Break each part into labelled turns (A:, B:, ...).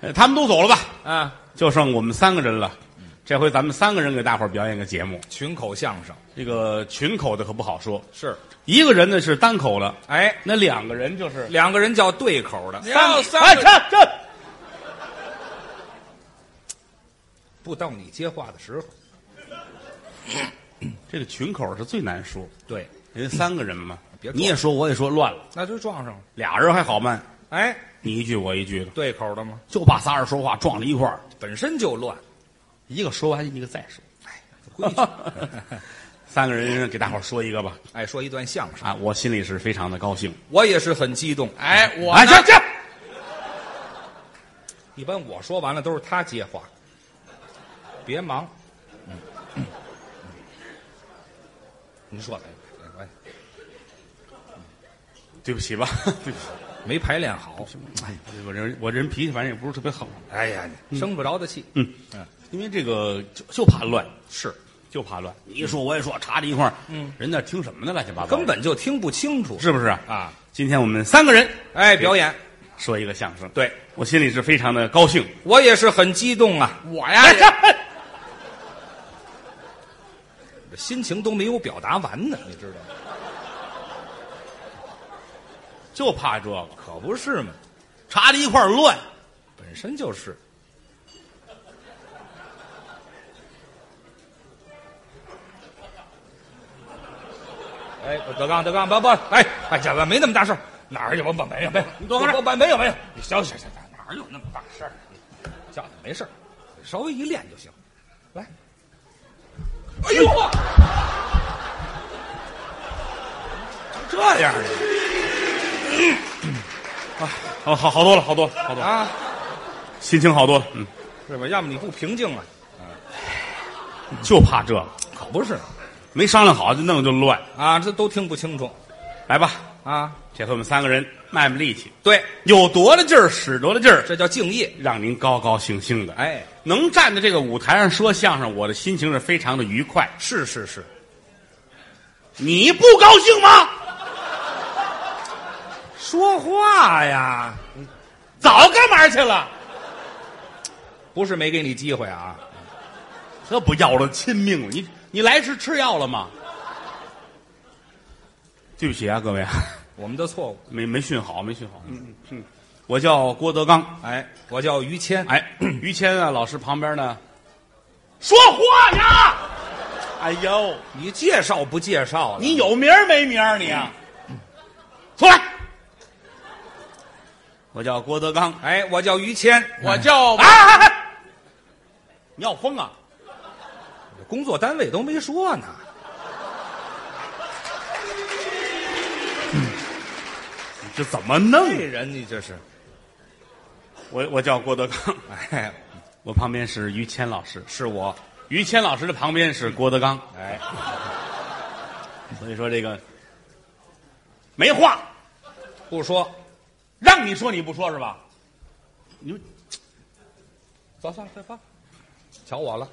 A: 呃他们都走了吧，
B: 啊，
A: 就剩我们三个人了。这回咱们三个人给大伙儿表演个节目，
B: 群口相声
A: 这个群口的可不好说，
B: 是，
A: 一个人呢是单口的，
B: 哎，
A: 那两个人就是
B: 两个人叫对口的，
C: 要三
A: 哎，
C: 个
A: 站站，
B: 不到你接话的时候，
A: 这个群口是最难说，
B: 对，
A: 因为三个人嘛
C: 啊
B: 别，撞
A: 你也说我也说乱了，
B: 那就撞上了，
A: 俩人还好办，
B: 哎，
A: 你一句我一句的，
B: 对口的嘛，
A: 就怕仨人说话撞到一块儿，
B: 本身就乱，
A: 一个说完一个再说。
B: 规矩，
A: 三个人给大伙儿说一个吧，
B: 哎，说一段相声，
A: 啊，我心里是非常的高兴。
B: 我也是很激动，
C: 哎，我
A: 哎，
C: 呢
A: 这这，
B: 一般我说完了都是他接话，别忙，嗯，您说吧，哎
A: 对不起吧， 对不起，
B: 没排练好，
A: 哎，我这人我这人脾气反正也不是特别好，
B: 哎呀，生不着的气，
A: 嗯
B: 嗯，
A: 因为这个就就怕乱，
B: 是，
A: 就怕乱。你一说我也说，插着一块儿，嗯，人家听什么呢？乱七八糟的，
B: 根本就听不清楚，
A: 是不是？
B: 啊，
A: 今天我们三个人
B: 哎，表演，
A: 说一个相声，
B: 对
A: 我心里是非常的高兴。
B: 我也是很激动啊，
C: 我呀，
B: 这 心情都没有表达完呢，你知道吗？
A: 就怕这个，
B: 可不是嘛，
A: 插着一块儿乱，
B: 本身就是。哎，德刚，德刚，不不，哎，哎，小子，没那么大事儿哪儿有不没有没有，你
A: 多看点
B: 不不没有没有，你消消消消，哪儿有那么大事儿？啊小子没事儿稍微一练就行。来，哎呦，
A: 这样的。啊，好好好多了，好多了，好多了，
B: 啊，
A: 心情好多了。嗯，
B: 是吧？要么你不平静啊，
A: 就怕这个，
B: 可不是
A: 没商量好就弄就乱。
B: 啊，这都听不清楚
A: 来吧，
B: 啊。
A: 这回我们三个人卖卖力气，
B: 对，
A: 有多大劲儿使多大劲儿，
B: 这叫敬业。
A: 让您高高兴兴的。，
B: 哎，
A: 能站在这个舞台上说相声，我的心情是非常的愉快。
B: 是是是，
A: 你不高兴吗？
B: 说话呀，
A: 早干嘛去了？
B: 不是没给你机会啊，
A: 这不要了亲命了！你你来是吃药了吗？对不起啊，各位啊，
B: 我们的错误。
A: 没没训好，没训好。嗯嗯，我叫郭德纲。
B: 哎，我叫于谦，
A: 哎， 于谦啊，老师旁边呢，说话呀！哎呦，
B: 你介绍不介绍？
A: 你有名儿没名儿你啊？出来！我叫郭德纲。
B: 哎，我叫于谦，
C: 我叫
A: 哎哎哎！你要疯啊？
B: 工作单位都没说呢。
A: 你这怎么弄
B: 这人你这是，
A: 我我叫郭德纲，
B: 哎，
A: 我旁边是于谦老师，
B: 是我，
A: 于谦老师的旁边是郭德纲，
B: 哎，
A: 所以说这个没话，
B: 不说，
A: 让你说你不说是吧？你说
B: 走，算了，快吧，瞧我了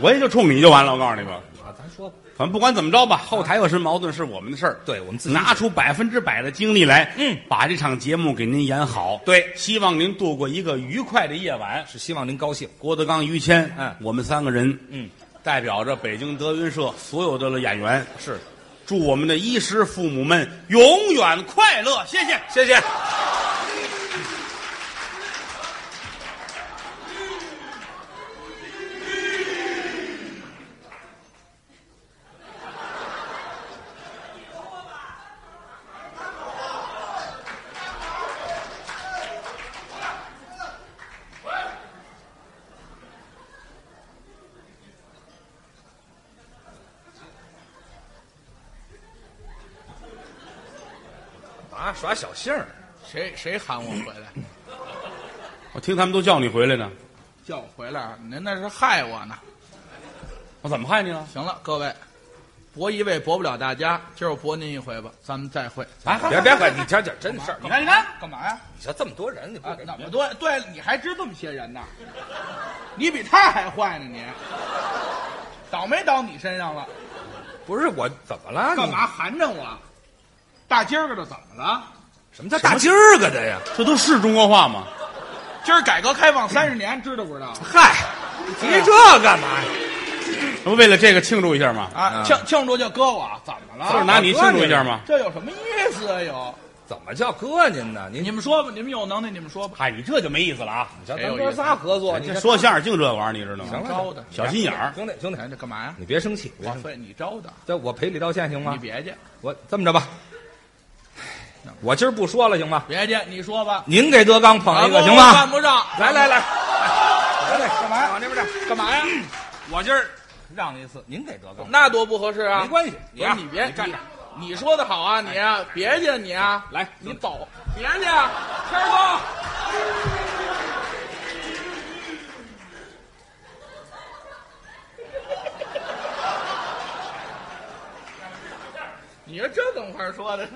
A: 我也就冲你就完了，我告诉你吧，
B: 啊，咱说吧，
A: 反正不管怎么着吧，后台有什么矛盾是我们的事儿，
B: 对我们自己
A: 拿出百分之百的精力来，
B: 嗯，
A: 把这场节目给您演好，
B: 对
A: 希望您度过一个愉快的夜晚。
B: 是希望您高兴。
A: 郭德纲、于谦，
B: 嗯
A: 我们三个人，
B: 嗯，
A: 代表着北京德云社所有的演员，
B: 是，
A: 祝我们的衣食父母们永远快乐，谢谢。
B: 谢谢。啊，耍小性儿，
C: 谁谁喊我回来，
A: 我听他们都叫你回来呢，
C: 叫我回来，您那是害我呢。
A: 我怎么害你了？
C: 行了，各位，博一位博不了大家，今儿我博您一回吧，咱们再会。
A: 哎，
B: 啊别别管，你瞧瞧，真事儿。
A: 你看你看，
C: 干嘛呀？
B: 你瞧这么多人，你不
C: 啊，
B: 给
C: 怎么多？对了，你还知这么些人呢？你比他还坏呢，你倒霉倒你身上了，
B: 不是我怎么了？你
C: 干嘛？寒碜我？大今儿个的怎么了？
B: 什么叫大今儿个的呀？
A: 这都是中国话吗？
C: 今儿改革开放三十年，知道不知道？
B: 嗨，你提这干嘛呀？
A: 这不为了这个庆祝一下吗？
C: 啊，
B: 嗯
C: 庆庆祝就哥我怎么
A: 不是
C: 了？
A: 拿你庆祝一下吗？
C: 这有什么意思啊？有
B: 怎么叫哥您呢？您
C: 你们说吧，你们有能耐你们说吧。
A: 嗨，你这就没意思了啊！
B: 小
C: 谁有
B: 咱哥仨合作，你
A: 这
B: 这
A: 说相声净这玩意儿，你知道
B: 行
A: 吗？
B: 了，
C: 招的
A: 小心眼儿
B: 兄弟兄弟，
C: 哎，这干嘛呀？
B: 你别生气，
C: 我
B: 我
C: 费你招的，
B: 这我赔礼道歉行
C: 你
B: 吗？
C: 别介，
B: 我这么着吧，唉我今儿不说了行吗？
C: 别介，你说吧。
B: 您给德刚捧一个
C: 啊
B: 行
C: 犯
B: 吗？
C: 不上，
B: 来来来，来来，干
C: 嘛呀
B: 往这边站。
C: 干嘛呀？
B: 我今儿让一次，您给德刚，
C: 那多不合适啊！
B: 没关系，
C: 不是
B: 啊
C: 你别
B: 你站这儿。
C: 你你说的好啊，你啊，别介你啊，
B: 来
C: 你走，别介啊，天儿哥。你说这怎么块说的？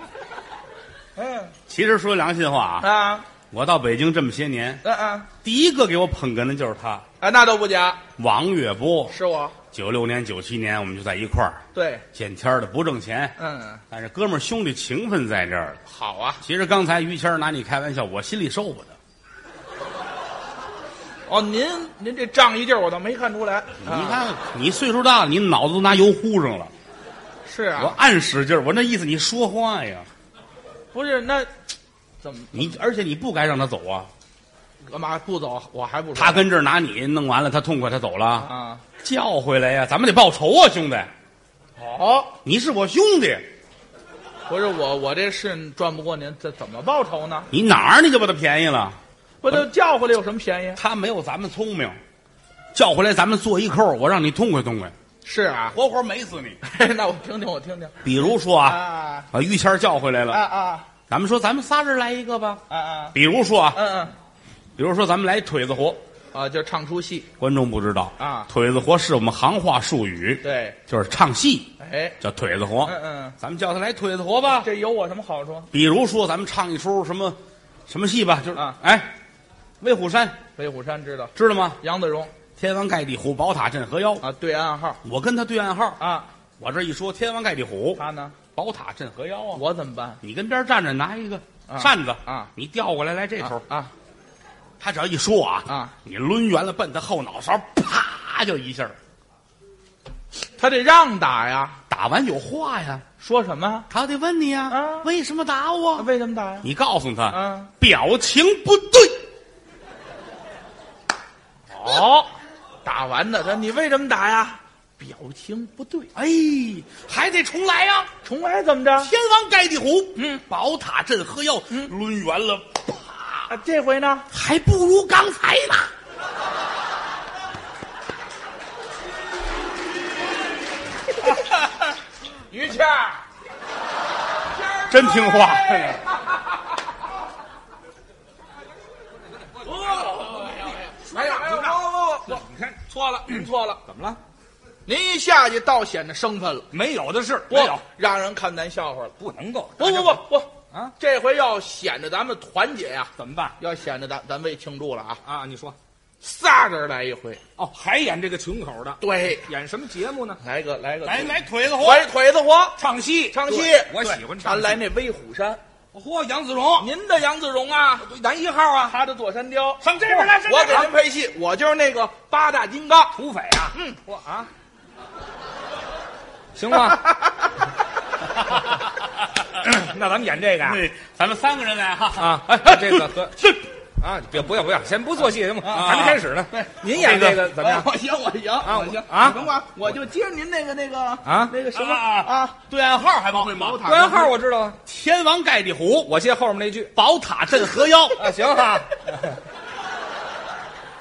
C: 嗯
A: 其实说良心话啊，
C: 啊，
A: 我到北京这么些年，
C: 嗯嗯
A: 第一个给我捧哏的就是他，
C: 啊，那都不假，
A: 王月波。
C: 是我
A: 九六年、九七年我们就在一块儿，
C: 对，
A: 见天儿的不挣钱，
C: 嗯，
A: 但是哥们儿兄弟情分在这儿。
C: 好啊。
A: 其实刚才于谦儿拿你开玩笑，我心里受不得。
C: 哦，您您这仗义劲儿我倒没看出来。
A: 你
C: 啊
A: 看，你岁数大了，你脑子都拿油糊上了。
C: 是
A: 我
C: 啊，
A: 暗使劲儿，我那意思你说话呀，
C: 不是那怎么
A: 你而且你不该让他走啊。
C: 干嘛不走？我还不说
A: 他跟这儿拿你弄完了，他痛快，他走了，
C: 啊，
A: 叫回来呀、咱们得报仇啊，兄弟！哦
C: 好，
A: 你是我兄弟，
C: 哦不是我我这事赚不过您，这怎么报仇呢？
A: 你哪儿你就把他便宜了？
C: 不都叫回来有什么便宜？
A: 他没有咱们聪明，叫回来咱们做一扣，我让你痛快痛快，
C: 是啊，
A: 活活美死你。
C: 那我听听我听听
A: 比如说啊，
C: 啊
A: 把于谦儿叫回来
C: 啊
A: 了，
C: 啊
A: 咱们说咱们仨人来一个吧。
C: 啊啊，
A: 比如说啊，
C: 嗯嗯
A: 比如说咱们来腿子活，
C: 啊，就唱出戏
A: 观众不知道
C: 啊
A: 腿子活是我们行话术语，
C: 对，
A: 就是唱戏
C: 哎，
A: 叫腿子活。
C: 嗯嗯，
A: 咱们叫他来腿子活吧。
C: 这有我什么好处？
A: 比如说，咱们唱一出什么什么戏吧，就是、
C: 啊
A: 哎，威虎山
C: 飞虎山知道，
A: 知道吗？
C: 杨子荣
A: 天王盖地虎，宝塔镇河妖。
C: 啊，对暗号
A: 我跟他对暗号，
C: 啊，
A: 我这一说天王盖地虎，
C: 他呢？
A: 宝塔镇河妖啊，
C: 我怎么办？
A: 你跟边站着拿一个
C: 啊
A: 扇子
C: 啊，
A: 你调过来来这头，
C: 啊
A: 他只要一说啊
C: 啊，
A: 你抡圆了奔他后脑勺，啪就一下，
C: 他得让打呀，
A: 打完有话呀，
C: 说什么？
A: 他得问你呀、
C: 啊
A: 为什么打我？
B: 啊
C: 为什么打呀？
A: 你告诉他，
C: 啊，
A: 表情不对。
C: 哦，打完的，他你为什么打呀？表情不对，
A: 哎，还得重来呀、
C: 重来怎么着？
A: 天王盖地虎，
C: 嗯，
A: 宝塔镇河妖，
C: 嗯
A: 抡圆了，
C: 啊，这回呢？
A: 还不如刚才呢。
C: 于谦儿，
A: 真听话，
C: 哎呀，组长，不不不，
B: 你看
C: 错了，错了，
B: 怎么了？
C: 您一下去倒显着生分了，
B: 没有的事，
C: 不
B: 没有，
C: 让人看咱笑话了。
B: 不能够。
C: 不不不不，
B: 啊，
C: 这回要显着咱们团结呀，
B: 怎么办
C: 要显着咱咱为庆祝了啊，
B: 啊？你说
C: 仨人来一回，
B: 哦，还演这个群口的，
C: 对，
B: 演什么节目呢？
C: 来个哎来个，
A: 来来腿子活，
C: 腿腿子活，
B: 唱戏，
C: 唱戏
B: 对我喜欢唱
C: 咱
B: 戏。哦
C: 来那威虎山，
B: 嚯，杨子荣，
C: 您的杨子荣啊，
B: 男一号啊，
C: 他的座山雕，
B: 上这边来上这
C: 我
B: 边
C: 给
B: 来
C: 您配戏，我就是那个八大金刚。
B: 土匪啊，
C: 嗯，
B: 嚯啊，行吗？ 那咱们演这个呀
A: 那咱们三个人来哈
B: 啊
A: 哎，
B: 这个和
A: 这
B: 啊，别不要不要，先不做戏行吗？
A: 啊
B: 还没开始呢
C: 对。
B: 您演啊这个怎么样？
C: 我行我行
B: 啊
C: 我行
B: 我啊
C: 你甭管，我就接您那个那个
B: 啊
C: 那个什么
A: 啊啊
C: 啊，
A: 对暗号还不会吗？
C: 塔
B: 对暗号我知道啊，
A: 天王盖地虎，
B: 我接后面那句
A: 宝塔镇河妖。
B: 啊，行哈。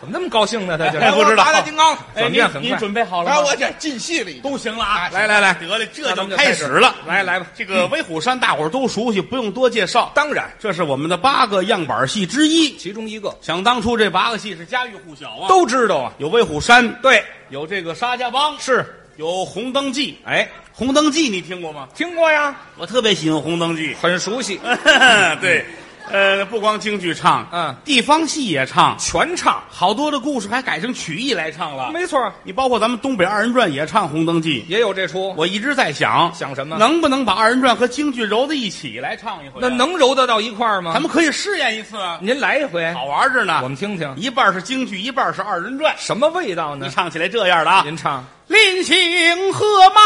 B: 怎么那么高兴呢？他这
A: 哎不知道
C: 八大 金刚，
A: 哎，
B: 转
A: 您
B: 变很快
A: 您准备好了
C: 然
A: 吗？
C: 后我这进戏里
A: 啊都行了啊，
B: 来来来
A: 得嘞，这
B: 那咱们就
A: 开
B: 开
A: 始
B: 始
A: 了。
B: 来来吧
A: 这个威虎山大伙儿都熟悉，不用多介绍。
B: 当然，
A: 这是我们的八个样板戏之一。
B: 其中一个
A: 想当初，这八个戏是家喻户晓啊，
B: 都知道啊。
A: 有威虎山，
B: 对，
A: 有这个沙家浜，
B: 是，
A: 有红灯记。
B: 哎，
A: 红灯记你听过吗？
B: 听过呀，
A: 我特别喜欢红灯记。
B: 很熟悉。
A: 对，呃，不光京剧唱，
B: 嗯
A: 地方戏也唱，
B: 全唱，
A: 好多的故事还改成曲艺来唱了。
B: 没错，
A: 你包括咱们东北二人转也唱《红灯记》，
B: 也有这出。
A: 我一直在想，
B: 想什么
A: 能不能把二人转和京剧揉在一起来唱一回啊？
B: 那能揉得到一块儿吗？
A: 咱们可以试验一次啊，
B: 您来一回，
A: 好啊玩着呢。
B: 嗯我们嗯听听
A: 一半是京剧，一半是二人转，
B: 什么味道
A: 你
B: 呢？
A: 唱起来这样的啊。
B: 您唱，
A: 临行河马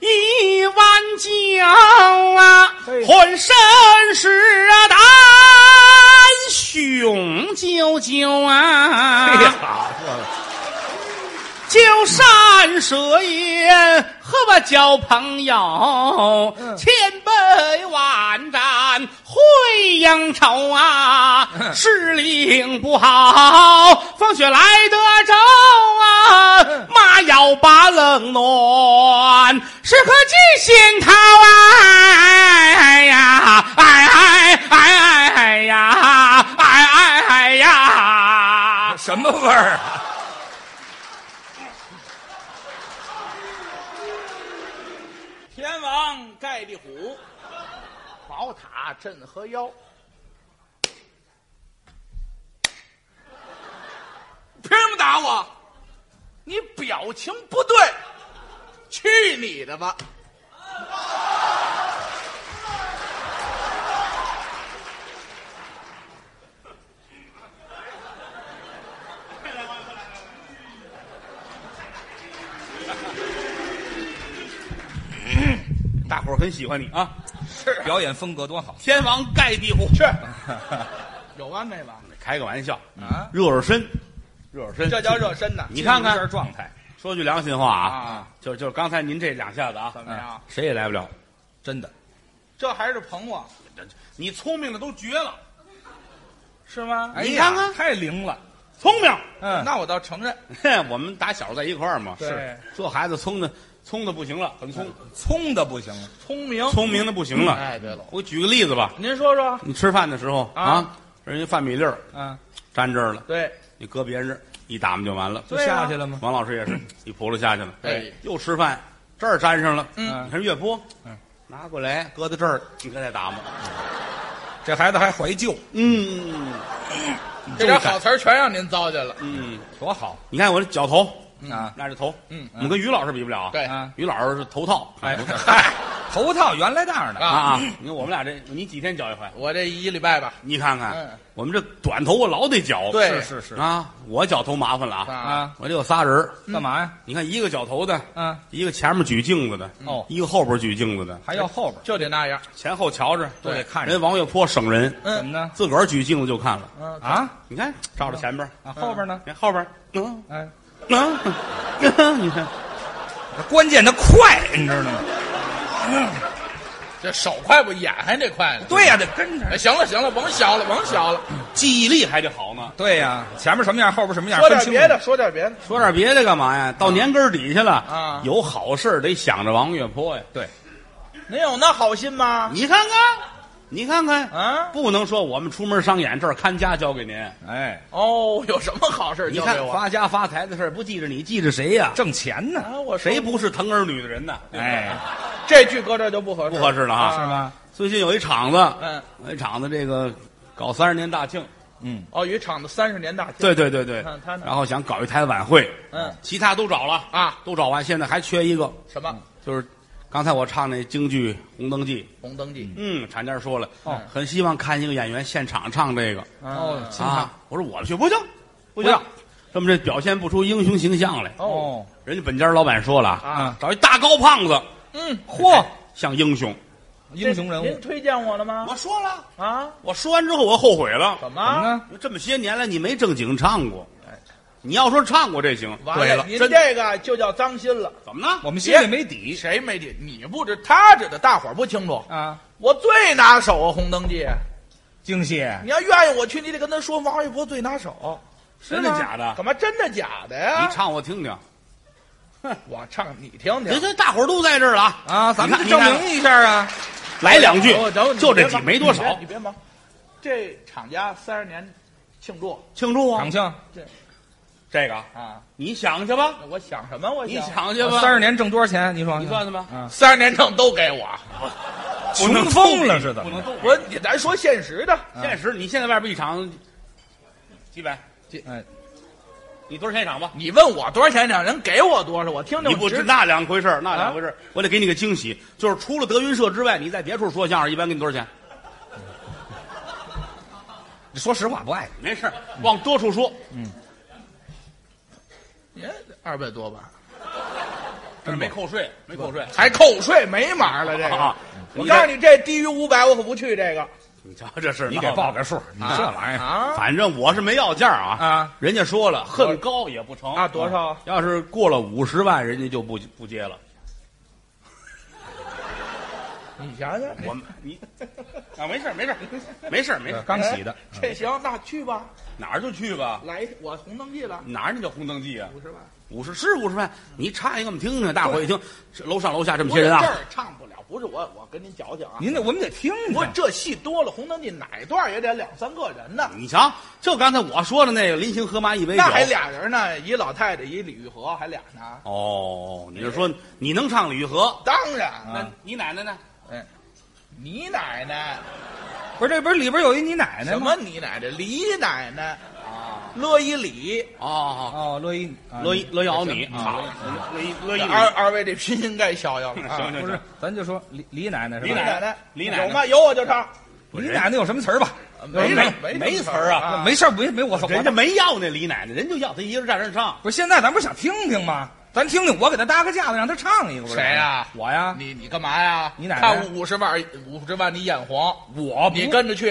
A: 一弯腰啊，
B: 嘿
A: 浑身是啊胆雄赳赳
B: 哎
A: 啊，
B: 呀，
A: 就山蛇宴和我交朋友，
B: 嗯
A: 千杯万盏会应酬啊，
B: 嗯
A: 事令不好，放学来得早啊，妈要把冷暖时刻记心头啊，哎呀，哎哎哎哎哎呀，哎哎哎呀。
B: 什么味儿啊？
C: 天王盖地虎，宝塔镇河妖。凭什么打我？你表情不对，去你的吧！
A: 嗯大伙儿很喜欢你啊！
C: 是
B: 表演风格多好，
A: 天王盖地虎，
C: 是，有啊完没完
A: 开个玩笑，
C: 啊？
A: 热热身，热热身，
C: 这叫热身呐！
A: 你看看
B: 这状态，
A: 说句良心话啊，
C: 啊
A: 就就刚才您这两下子啊，
C: 怎么样？
A: 谁也来不了。
B: 真的
C: 这还是捧我
A: 你聪明的都绝了，
C: 是吗？
A: 你看看
B: 哎呀太灵了。
A: 聪明。
B: 嗯，
C: 那我倒承认，
A: 我们打小在一块儿嘛，
C: 对
A: 是这孩子聪的聪的不行了，很聪，
B: 葱的不行了，
C: 聪明。
A: 聪明啊的不行了。
C: 哎，对了，
A: 我举个例子吧，
C: 您说说，
A: 你吃饭的时候
C: 啊
A: 啊，人家饭米粒儿
B: 嗯，
A: 粘这儿了，
C: 对，
A: 你搁别人这儿一打嘛就完了。
B: 就
C: 对啊
B: 下去了吗？
A: 王老师也是一扑噜下去了，
C: 对，
A: 又吃饭这儿粘上了，
C: 嗯
A: 你看岳波，
B: 嗯，
A: 拿过来搁在这儿，你看再打嘛，
B: 这孩子还怀旧，
A: 嗯
C: 这点好词儿全让您糟践了。
A: 嗯，
B: 多好
A: 你看我这脚头，
B: 啊！
A: 那是头，
C: 嗯
A: 我们跟于老师比不了啊，
C: 对，
B: 啊，
A: 于老师啊是头套，
B: 哎
A: 头套
B: 嗨，头套原来那样 的，
A: 啊
C: 啊
A: 啊！你看我们俩这，你几天绞一回？
C: 我这一礼拜吧，
A: 你看看
C: 嗯，
A: 我们这短头我老得绞，
C: 对
B: 是是是
A: 啊，我绞头麻烦了啊，
C: 啊，
B: 啊，
A: 我这有仨人儿，
B: 干嘛呀？
A: 你看一个绞头的，
B: 嗯，
A: 一个前面举镜子的，
B: 哦，
A: 一个后边举镜子的，
B: 还要后边儿
C: 就得那样。
A: 前后瞧着，
B: 都得看着
A: 人王月坡省人，
B: 怎么
C: 嗯
B: 呢？
A: 自个儿举镜子就看了，
C: 嗯，
B: 啊
A: 你看照着前边，
B: 啊，后边呢？
A: 你看后边，嗯
B: 哎，
A: 嗯，嗯你 看
B: 关键它快，你知道吗？
C: 这手快不眼还得快呢。
B: 对呀，得跟
C: 哎，
B: 着。
C: 行了行了，甭学了甭学了，
A: 记忆力还得好呢。
B: 对呀，前面什么样，后边什么样，
C: 说
B: 分
C: 点
B: 清楚
C: 别的，。说点别的。
A: 说点别的干嘛呀？到年根儿底下了
C: 啊
A: 有好事儿得想着王月坡呀。
B: 对，
C: 您有那好心吗？
A: 你看看，你看看，
C: 啊，
A: 不能说我们出门商演，这儿看家交给您。
B: 哎，
C: 哦，有什么好事
A: 你
C: 交
A: 看
C: 给我？
A: 发家发财的事儿不记着你，记着谁呀、
B: 挣钱呢。
C: 啊，我说
A: 谁不是疼儿女的人呢？
B: 哎，
C: 这句搁这就不合适，啊
A: 不合适了哈
B: 是？吗？
A: 最近有一厂子，
C: 嗯，
A: 有一厂子这个搞三十年大庆，
B: 嗯，
C: 哦，有一场子三十年大庆，
A: 对对对对
C: 看他，呢
A: 然后想搞一台晚会，
C: 嗯
A: 其他都找了，
C: 啊，
A: 都找完，现在还缺一个，
C: 什么
A: 就是刚才我唱那京剧《红灯记》，
C: 红灯记？
A: 嗯，产家说了，
B: 哦
A: 很希望看一个演员现场唱这个
C: 哦
B: 现场
A: 啊，我说我去不行，不
B: 不
A: 行
B: 要，
A: 这么这表现不出英雄形象来。
C: 哦，
A: 人家本家老板说了啊，
C: 啊，
A: 找一大高胖子
C: 嗯，
B: 嚯，
A: 像英雄。
B: 英雄人
C: 这您
B: 物
C: 推荐我了吗？
A: 我说了，
C: 啊，
A: 我说完之后我后悔了，
C: 怎
B: 怎么
C: 么？
B: 呢？
A: 这么些年来你没正经唱过，你要说唱过这行，
C: 完
B: 对了
C: 您
A: 真
C: 这个就叫脏心了。
A: 怎么呢？
B: 我们心里没底
C: 谁没底？你不知，他知道，大伙儿不清楚。
B: 啊，
C: 我最拿手啊，《红灯记》。
B: 京戏
C: 你要愿意我去，你得跟他说王一博最拿手，
A: 真的假的？
C: 干嘛真的假的呀？
A: 你唱我听听，
C: 我唱你听听
A: 人。家大伙儿都在这儿了啊，
B: 啊，咱们
A: 你看
B: 证
A: 你看
B: 明一下啊。
A: 来两句
C: 我等会儿，你
A: 就这
C: 别
A: 几
C: 忙
A: 没多少
C: 你别你别忙，这厂家三十年庆祝
A: 庆祝啊
B: 长！庆
A: 这个
C: 啊！
A: 你想去吧，
C: 我想什么？我
A: 你想去吧，
B: 三十年挣多少钱？你说
A: 你算算吧
B: 嗯，
C: 三十年挣都给我，
B: 穷疯了是怎
D: 不
B: 么
D: 能
B: 着？
D: 动。
C: 我也咱说现实的，
A: 现实，你现在外边一场几百，
D: 哎，
A: 你多少钱一场吧？
C: 你问我多少钱一场，人给我多少，我听着
A: 你不
C: 知
A: 知那两回事儿那两回事儿我得给你个惊喜，就是除了德云社之外，你在别处说相声，一般给你多少钱？
B: 你说实话不爱你，
A: 没事儿，往多处说，
C: 二百多吧，
A: 这是没扣税，没扣税。
C: 还扣税没码了这
A: 啊
C: 个。我
A: 你
C: 告诉
A: 这
C: 你，这低于五百我可不去这个
A: 你瞧这事儿
B: 你给
A: 闹的
B: 报个数，你这玩意儿
C: 啊
A: 反正我是没要价啊
C: 啊！
A: 人家说了，恨高也不成
C: 啊！多？少？
A: 要是过了五十万，人家就不不接了。
C: 你想想，
A: 我们你啊，没事儿没事儿没事儿没事儿，哎
B: 刚洗的，
C: 这行，那去吧，
A: 哪儿就去吧，
C: 来，我红灯记了，
A: 哪儿那叫红灯记啊？
C: 五十万。
A: 五十是五十万，你唱一个我们听听。大伙儿一听，这楼上楼下这么
C: 我
A: 些人啊
C: 这，儿唱不了，不是我，我跟您矫情啊。
B: 您得我们得听听
C: 我这戏多了，《红灯记》哪一段也得两三个人呢，
A: 你瞧，就刚才我说的那个临行河马一杯酒
C: 那，还俩人呢，一老太太，一李玉和，还俩呢。
A: 哦，你是说你能唱李河？
C: 当然，
B: 啊
A: 你奶奶呢？
C: 哎，你奶奶
B: 不是这不是里边有一你奶奶
C: 什
B: 吗
C: 么？？你奶奶李奶奶啊，乐一李。
A: 哦，
B: 哦，乐意
A: 乐意乐意熬你，
B: 啊
A: 好，乐意乐意
C: 二二位这拼音该消消了啊。
A: 行行
B: 不是，咱就说李李奶奶是
A: 李
C: 李
B: 吧？
A: 奶
C: 奶
A: 奶
C: 奶，
A: 李奶奶
C: 有吗？有我就唱。
B: 李奶奶有什么词儿吧？
C: 啊没
B: 没
C: 没
A: 没
C: 什么
A: 词儿啊
B: 没事儿，没没我我
A: 人家没要那李奶奶，人就要他一个人站这儿唱。
B: 不是现在咱不是想听听吗？咱听听，我给他搭个架子，让他唱一个。不是
C: 谁呀
B: 我呀，
C: 你你干嘛呀？
B: 你奶奶
C: 看五十万，五十万你眼黄，
B: 我不
C: 你跟着去，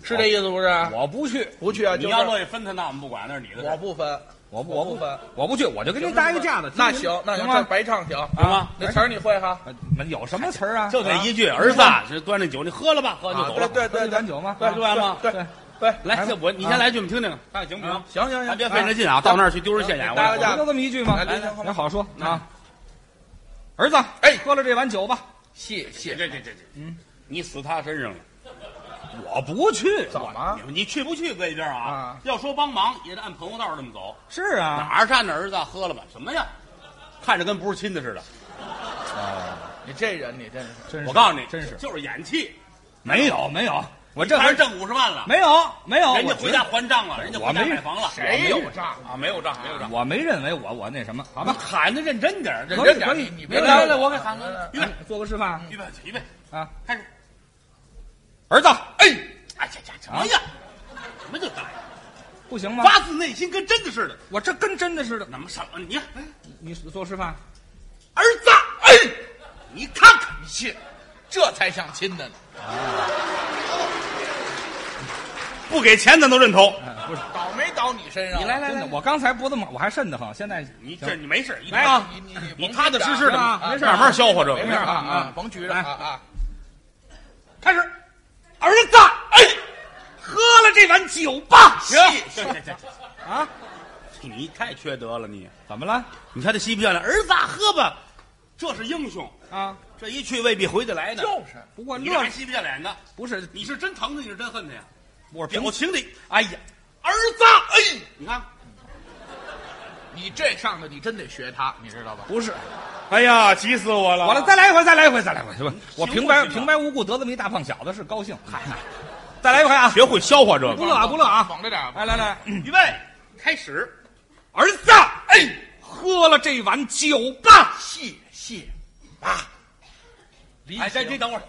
C: 是这意思不是？
B: 我不去，
C: 不去啊，
A: 你
C: 就是
A: 要乐意分他，那我们不管，那是你的事
C: 我
A: 儿，
C: 不分，
B: 我不
C: 我
B: 我
C: 不
B: 不
C: 分，
B: 我不去，我就跟您搭一个架子。
C: 那
B: 听
C: 行那行，这
B: 吗？
C: 白唱行。
A: 行吗？
C: 那词儿你会哈？
B: 呃有什么词儿啊？
A: 就这一句，儿子，这端着酒，你喝了吧，喝就走
C: 对
A: 了。
C: 对
B: 喝
C: 对
B: 一碗酒吗？
C: 对
A: 是吧吗
C: 对
B: 对
C: 对，
A: 来，这我你先
B: 啊
A: 来一句，我们听听，看看行不行？
C: 行行
A: 咱
C: 行，
A: 别费
C: 啊
A: 那劲啊，到那儿去丢人现眼。
C: 搭个
A: 我
C: 架
B: 不就这么一句吗？
C: 来来来
B: 也好说啊。儿子，
C: 哎
B: 喝了这碗酒吧。
C: 谢谢
A: 这。这这这，嗯，你死他身上了。
B: 我不去，
C: 怎么？
A: 你你去不去搁一边啊？
C: 啊
A: 要说帮忙也得按朋友道这么走，
B: 是
A: 哪
B: 啊，
A: 儿站着儿子喝了吧？什么呀？看着跟不是亲的似的。
C: 你这人你真是
B: 真是
A: 我告诉你，
B: 真是
A: 就是演戏，
B: 没有没有，我这
A: 还是
B: 还
A: 挣五十万了，
B: 没有没有，
A: 人家
B: 我
A: 回
B: 觉
A: 家
B: 得
A: 还账了，人家回
B: 我
A: 家
B: 没
A: 买房了。
C: 谁有账？
A: 啊？没有账，没有账。啊
B: 我没认为我我那什么，好
A: 我
B: 吧，
A: 喊的认真点儿，认
C: 可以
A: 真点儿。
C: 可以
A: 你
C: 你
A: 别
C: 别
A: 来
C: 来
A: 来，
C: 了
A: 我给喊个预备
B: 哎做个示范
A: 预备预备，
B: 啊。
A: 开始。
B: 儿子，
A: 哎，哎呀呀，什么呀？什么就打呀？
B: 不行吗？
A: 发自内心，跟真的似的。
B: 我这跟真的似的。
A: 怎么什么？你看，
B: 你做示范，
A: 儿子，哎，你看看。
C: 你信，这才像亲的呢。
A: 不给钱咱都认头。
B: 哎不是
C: 倒霉倒你身上
B: 你
C: 了，
B: 来来来，
C: 真的
B: 我刚才脖子麻，我还瘆得慌，现在
A: 你
B: 行
A: 这你没事，一
B: 来
A: 啊，
C: 你你
A: 你
C: 甭
A: 踏踏实实
C: 举着
A: 的，
C: 啊
B: 啊没事啊
A: 慢慢消化这个。
C: 没事
B: 事
C: 啊
B: 啊
C: 啊
B: 啊，
C: 甭举着
B: 来
C: 啊啊，
B: 开始。儿子，哎，喝了这碗酒吧。
C: 行
A: 行行行行
B: 啊，
A: 行，你太缺德了你！
B: 怎么了？
A: 你看这嬉皮笑脸，儿子喝吧，这是英雄，
B: 啊，
A: 这一去未必回得来呢。
C: 就是
B: 不过
A: 你
B: 乐
A: 这还嬉皮笑脸的，
B: 不是
A: 你是真疼他，你是真恨他呀？
B: 我平
A: 表情里，
B: 哎呀，
A: 儿子，哎，你看，
C: 你这上头你真得学他，你知道吧？
B: 不是，
A: 哎呀，急死我了
B: 完了，再来一回，再来一回，再来一回，是吧？我
A: 行
B: 平
A: 我
B: 白
A: 知道
B: 平白无故得这么一大胖小子是高兴，嗨，再来一回啊！
A: 学会消化这
B: 不乐啊，不乐啊！
C: 猛着点儿，
B: 来来来，嗯
A: 预备，开始。
B: 儿子，哎，喝了这碗酒吧。
C: 谢谢。
A: 哎，这这等会儿， 啊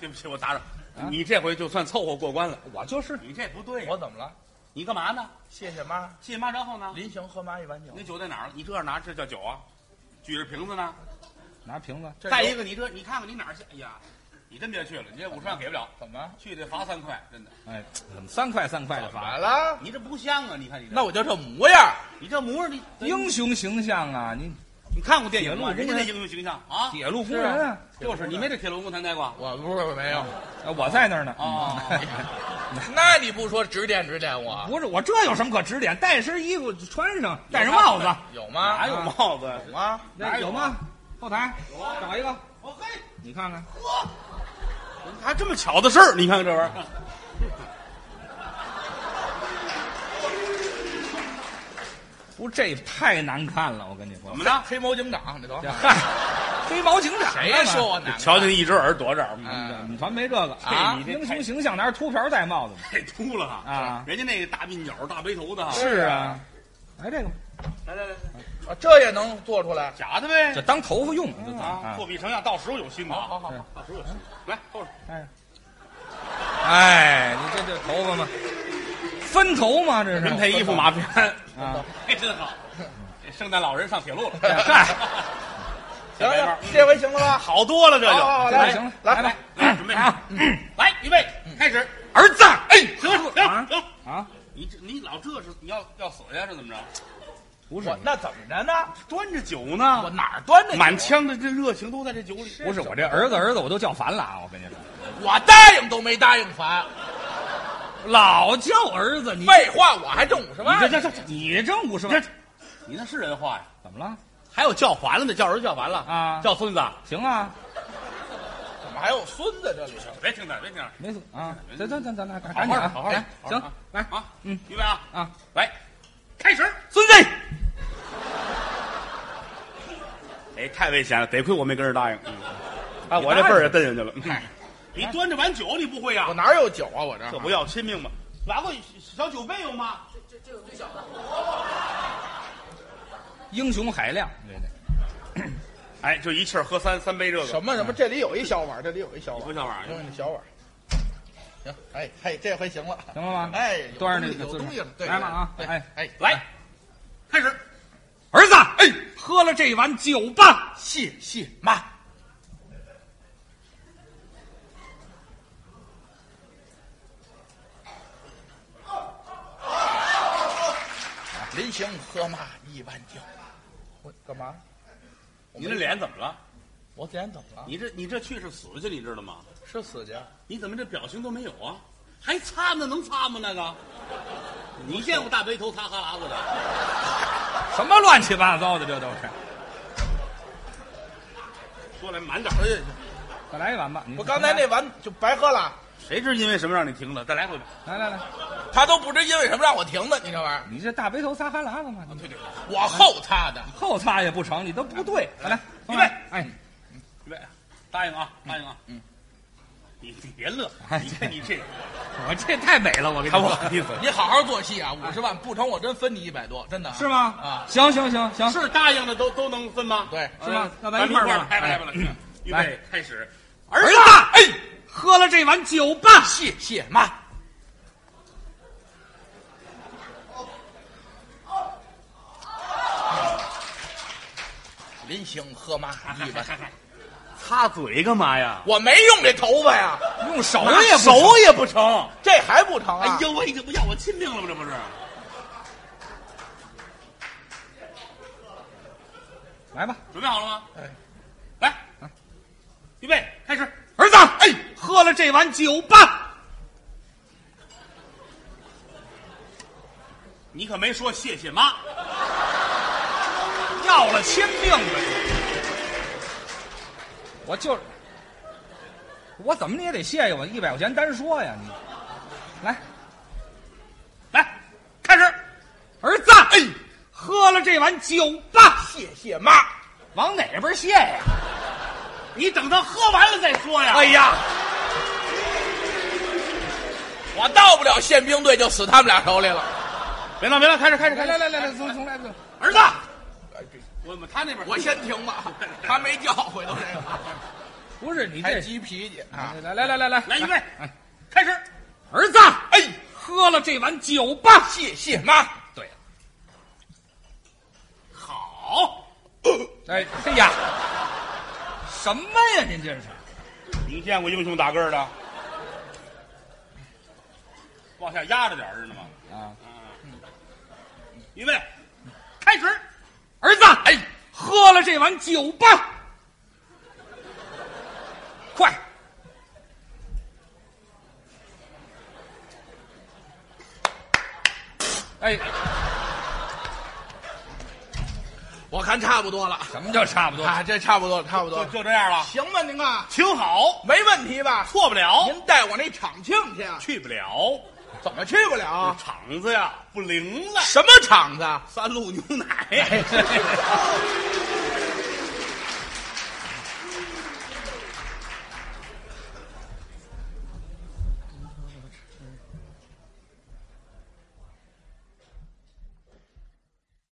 A: 对不起，我打扰。你这回就算凑合过关了，
B: 我就是
A: 你这不对呀
C: 我怎么了？
A: 你干嘛呢？
C: 谢谢妈，
A: 谢妈，然后呢？
C: 临行喝妈一碗酒。
A: 那酒在哪儿？你这样拿，这叫酒啊？举着瓶子呢？
B: 拿瓶子，
C: 这
A: 再
C: 有
A: 一个，你这你看看你哪儿去？哎呀，你真别去了，你这五十万给不了，
C: 怎么
A: 去得罚三块，真的。
B: 哎，怎么三块三块的罚？
C: 了？
A: 你这不像啊！你看你这，
C: 那我就这模样儿，
A: 你这模样，你
B: 英雄形象啊，你
A: 你看过电影吗？
B: 铁
A: 人家
B: 路工
A: 那
B: 人
A: 英雄形象啊，
B: 铁路工人啊，
A: 就是你没这铁路工团待过
C: 我不是没有。
B: 啊我在那儿呢。嗯
A: 哦
C: 那你不说指点指点我？
B: 不是我这有什么可指点？带身衣服穿上，戴上帽子，
C: 哦有吗？
A: 哪有帽子？啊
C: 有吗？
B: 那有吗？后台
A: 有啊
B: 找一个，
A: 我嘿，
B: 你看看。
A: 还这么巧的事儿？你看看这玩意儿，
B: 不，这太难看了，我跟你说
A: 怎。么着？
C: 黑猫警长，你都
B: 嗨，黑毛警长
C: 谁说我难？
A: 瞧见一只耳朵躲这儿，
B: 嗯你们团没这个
A: 啊
B: 嘿英雄形象哪是秃瓢戴帽子呢？
A: 太秃嗯了
B: 啊
A: 人家那个大鬓角、大背头的，
B: 是啊，来这个吧，
A: 来来来，
C: 啊这也能做出来？
A: 假的呗
B: 这。当头发用
A: 啊，
B: 啊
A: 作。弊成样，到时候有新的。好嗯
C: 好
B: 好，
A: 到时候有新的。来，后边
B: 哎，你这这头发嘛，分头嘛，这是
A: 人配衣服马鞭，
B: 啊。
A: 哎，真好。这圣诞老人上铁路了，
B: 嗨，
C: 行哎了，这回行了吧？
A: 嗯好多了，这
C: 好好好，
A: 就
C: 来，
B: 行了
C: 来
B: 来
C: 吧
B: 吧。
A: 来准备嗯
B: 啊
A: 来预备开始。
B: 儿子，
A: 哎，行了行
B: 啊
A: 了行了，
B: 啊，
A: 你这你老这是你要要死呀？是怎么着？
B: 不是
C: 我那怎么着呢？
A: 端着酒
C: 我
A: 呢，
C: 哪儿端着你？
A: 满腔的这热情都在这酒里。
B: 不是我这儿子儿子我都叫烦了啊！我跟你说，
C: 我答应都没答应烦。
B: 老叫儿子，你
C: 废话，我还挣五十
A: 你这
C: 万。
A: 这这这
B: 你挣五十
A: 这
B: 万，
A: 你那是人话呀？
B: 怎么了？
A: 还有叫还了的，叫人叫完了
B: 啊
A: 叫孙子。
B: 行啊，
C: 怎么还有孙子这里头？
A: 别听他，别听他，
B: 没事啊，咱咱咱咱咱赶紧啊，
A: 好好
B: 来，
A: 好好
B: 行
A: 好，
B: 来
A: 啊，
B: 嗯
A: 预备啊，
B: 啊，
A: 来，开始。
B: 孙子，
A: 哎，太危险了，得亏我没跟人答应。嗯哎啊，
B: 你
A: 我这
B: 答
A: 份儿
B: 应
A: 也蹬下去了。嗯你端着碗酒，你不会呀
C: 我？哪有酒啊？我这
A: 这不要亲命吗？哎拿过小酒杯有吗？
B: 英雄海量，
A: 哎，就一气儿喝三三杯这个。
C: 什么什么？这里有一小碗，这里有一小
A: 你不
C: 碗，
A: 叫玩意
C: 用
A: 儿？
C: 你小碗。行，哎嘿，这回行了，
B: 行了吗？
C: 哎，有
B: 端着
C: 东
B: 那
C: 西
B: 个姿
C: 有东西
B: 势
C: 了，，对，
B: 来吧啊，
C: 对
B: 哎，
C: 哎，
A: 来，开始。
B: 儿子，哎，喝了这碗酒吧，
C: 谢谢妈，啊临行喝骂一碗酒。我干嘛？
A: 你这脸怎么了？
C: 我脸怎么了？
A: 你这你这去是死去，你知道吗？
C: 是死去？
A: 你怎么这表情都没有啊？还擦呢？能擦吗？那个，你见过大背头擦哈喇子的？
B: 什么乱七八糟的，这都是。
A: 说来满点儿。
C: 哎呀，
B: 再来一碗吧，你
C: 我刚才那碗就白喝了，
A: 谁知因为什么让你停的？再来回吧。
B: 来来来，
C: 他都不知因为什么让我停的，你这玩意儿，
B: 你这大背头撒哈喇子嘛，你
C: 我后擦的。
B: 啊后擦也不成，你都不对。来来，
A: 预备
B: 来，哎，
A: 预备，答应啊，答应啊。嗯，你你别乐，
B: 哎
A: 你看你这，
B: 我这太美了，我跟你
A: 看我
B: 说，
A: 意思。
C: 你好好做戏啊，五十万不成，我真分你一百多，真的
B: 是吗？
C: 啊，
B: 行行行行，
A: 是答应的都都能分吗？
C: 对
B: 是吗
A: 哎
B: 呃那咱一块
A: 块
B: 儿吧
A: 儿拍吧来吧来吧
B: 哎，
A: 预
B: 来
A: 备开始。
B: 儿子，哎，喝了这碗酒吧，
C: 谢谢妈。临行喝妈一碗，
A: 擦嘴干嘛呀？
C: 我没用这头发呀，
B: 用手
A: 手
B: 也不
A: 手
B: 成
A: 也不成。
C: 这还不成啊？
A: 哎呦喂，这不要我亲命了吗？这不是？
B: 来吧，啊
A: 准备好了吗？
C: 哎，
A: 来，预备开始。
B: 儿子，哎，喝了这碗酒吧，
A: 你可没说谢谢妈，
B: 要了亲命了。我就是，我怎么你也得谢谢我一百块钱单说呀，你来，
A: 来，开始。
B: 儿子，哎，喝了这碗酒吧，
C: 谢谢妈，
B: 往哪边谢呀？
A: 你等他喝完了再说呀。
B: 哎呀，
C: 我到不了宪兵队就死他们俩手里了。
A: 别闹别闹，开始开始开
B: 来
A: 始。
B: 来来来来，从从来
A: 儿子，
B: 哎
A: 我们他那边
C: 我先停吧，还没叫回头这个，
B: 不是你
C: 还
B: 这，
C: 急脾气啊！
B: 来来来来来
A: 来预备
B: 哎，
A: 开始。
B: 儿子，哎，喝了这碗酒吧，
C: 谢谢妈，
B: 对了。
A: 好，
B: 哎，哎呀，什么呀？您这是
A: 你见过英雄打个的？往下压着点儿知道吗？
B: 啊，
A: 嗯预备，开始。
B: 儿子，哎，喝了这碗酒吧，快，哎，
C: 我看差不多了
B: 什么叫差不多？
C: 啊，这差不多了，差不
A: 就
C: 多了，
A: 就这样了，
C: 行吧，您啊，
A: 挺好，
C: 没问题吧？
A: 错不了，
C: 您带我那厂庆去啊？
A: 去不了，
C: 怎么去不了
A: 这
C: 啊？
A: 场子呀不灵了。
C: 什么厂子？
A: 三鹿牛奶，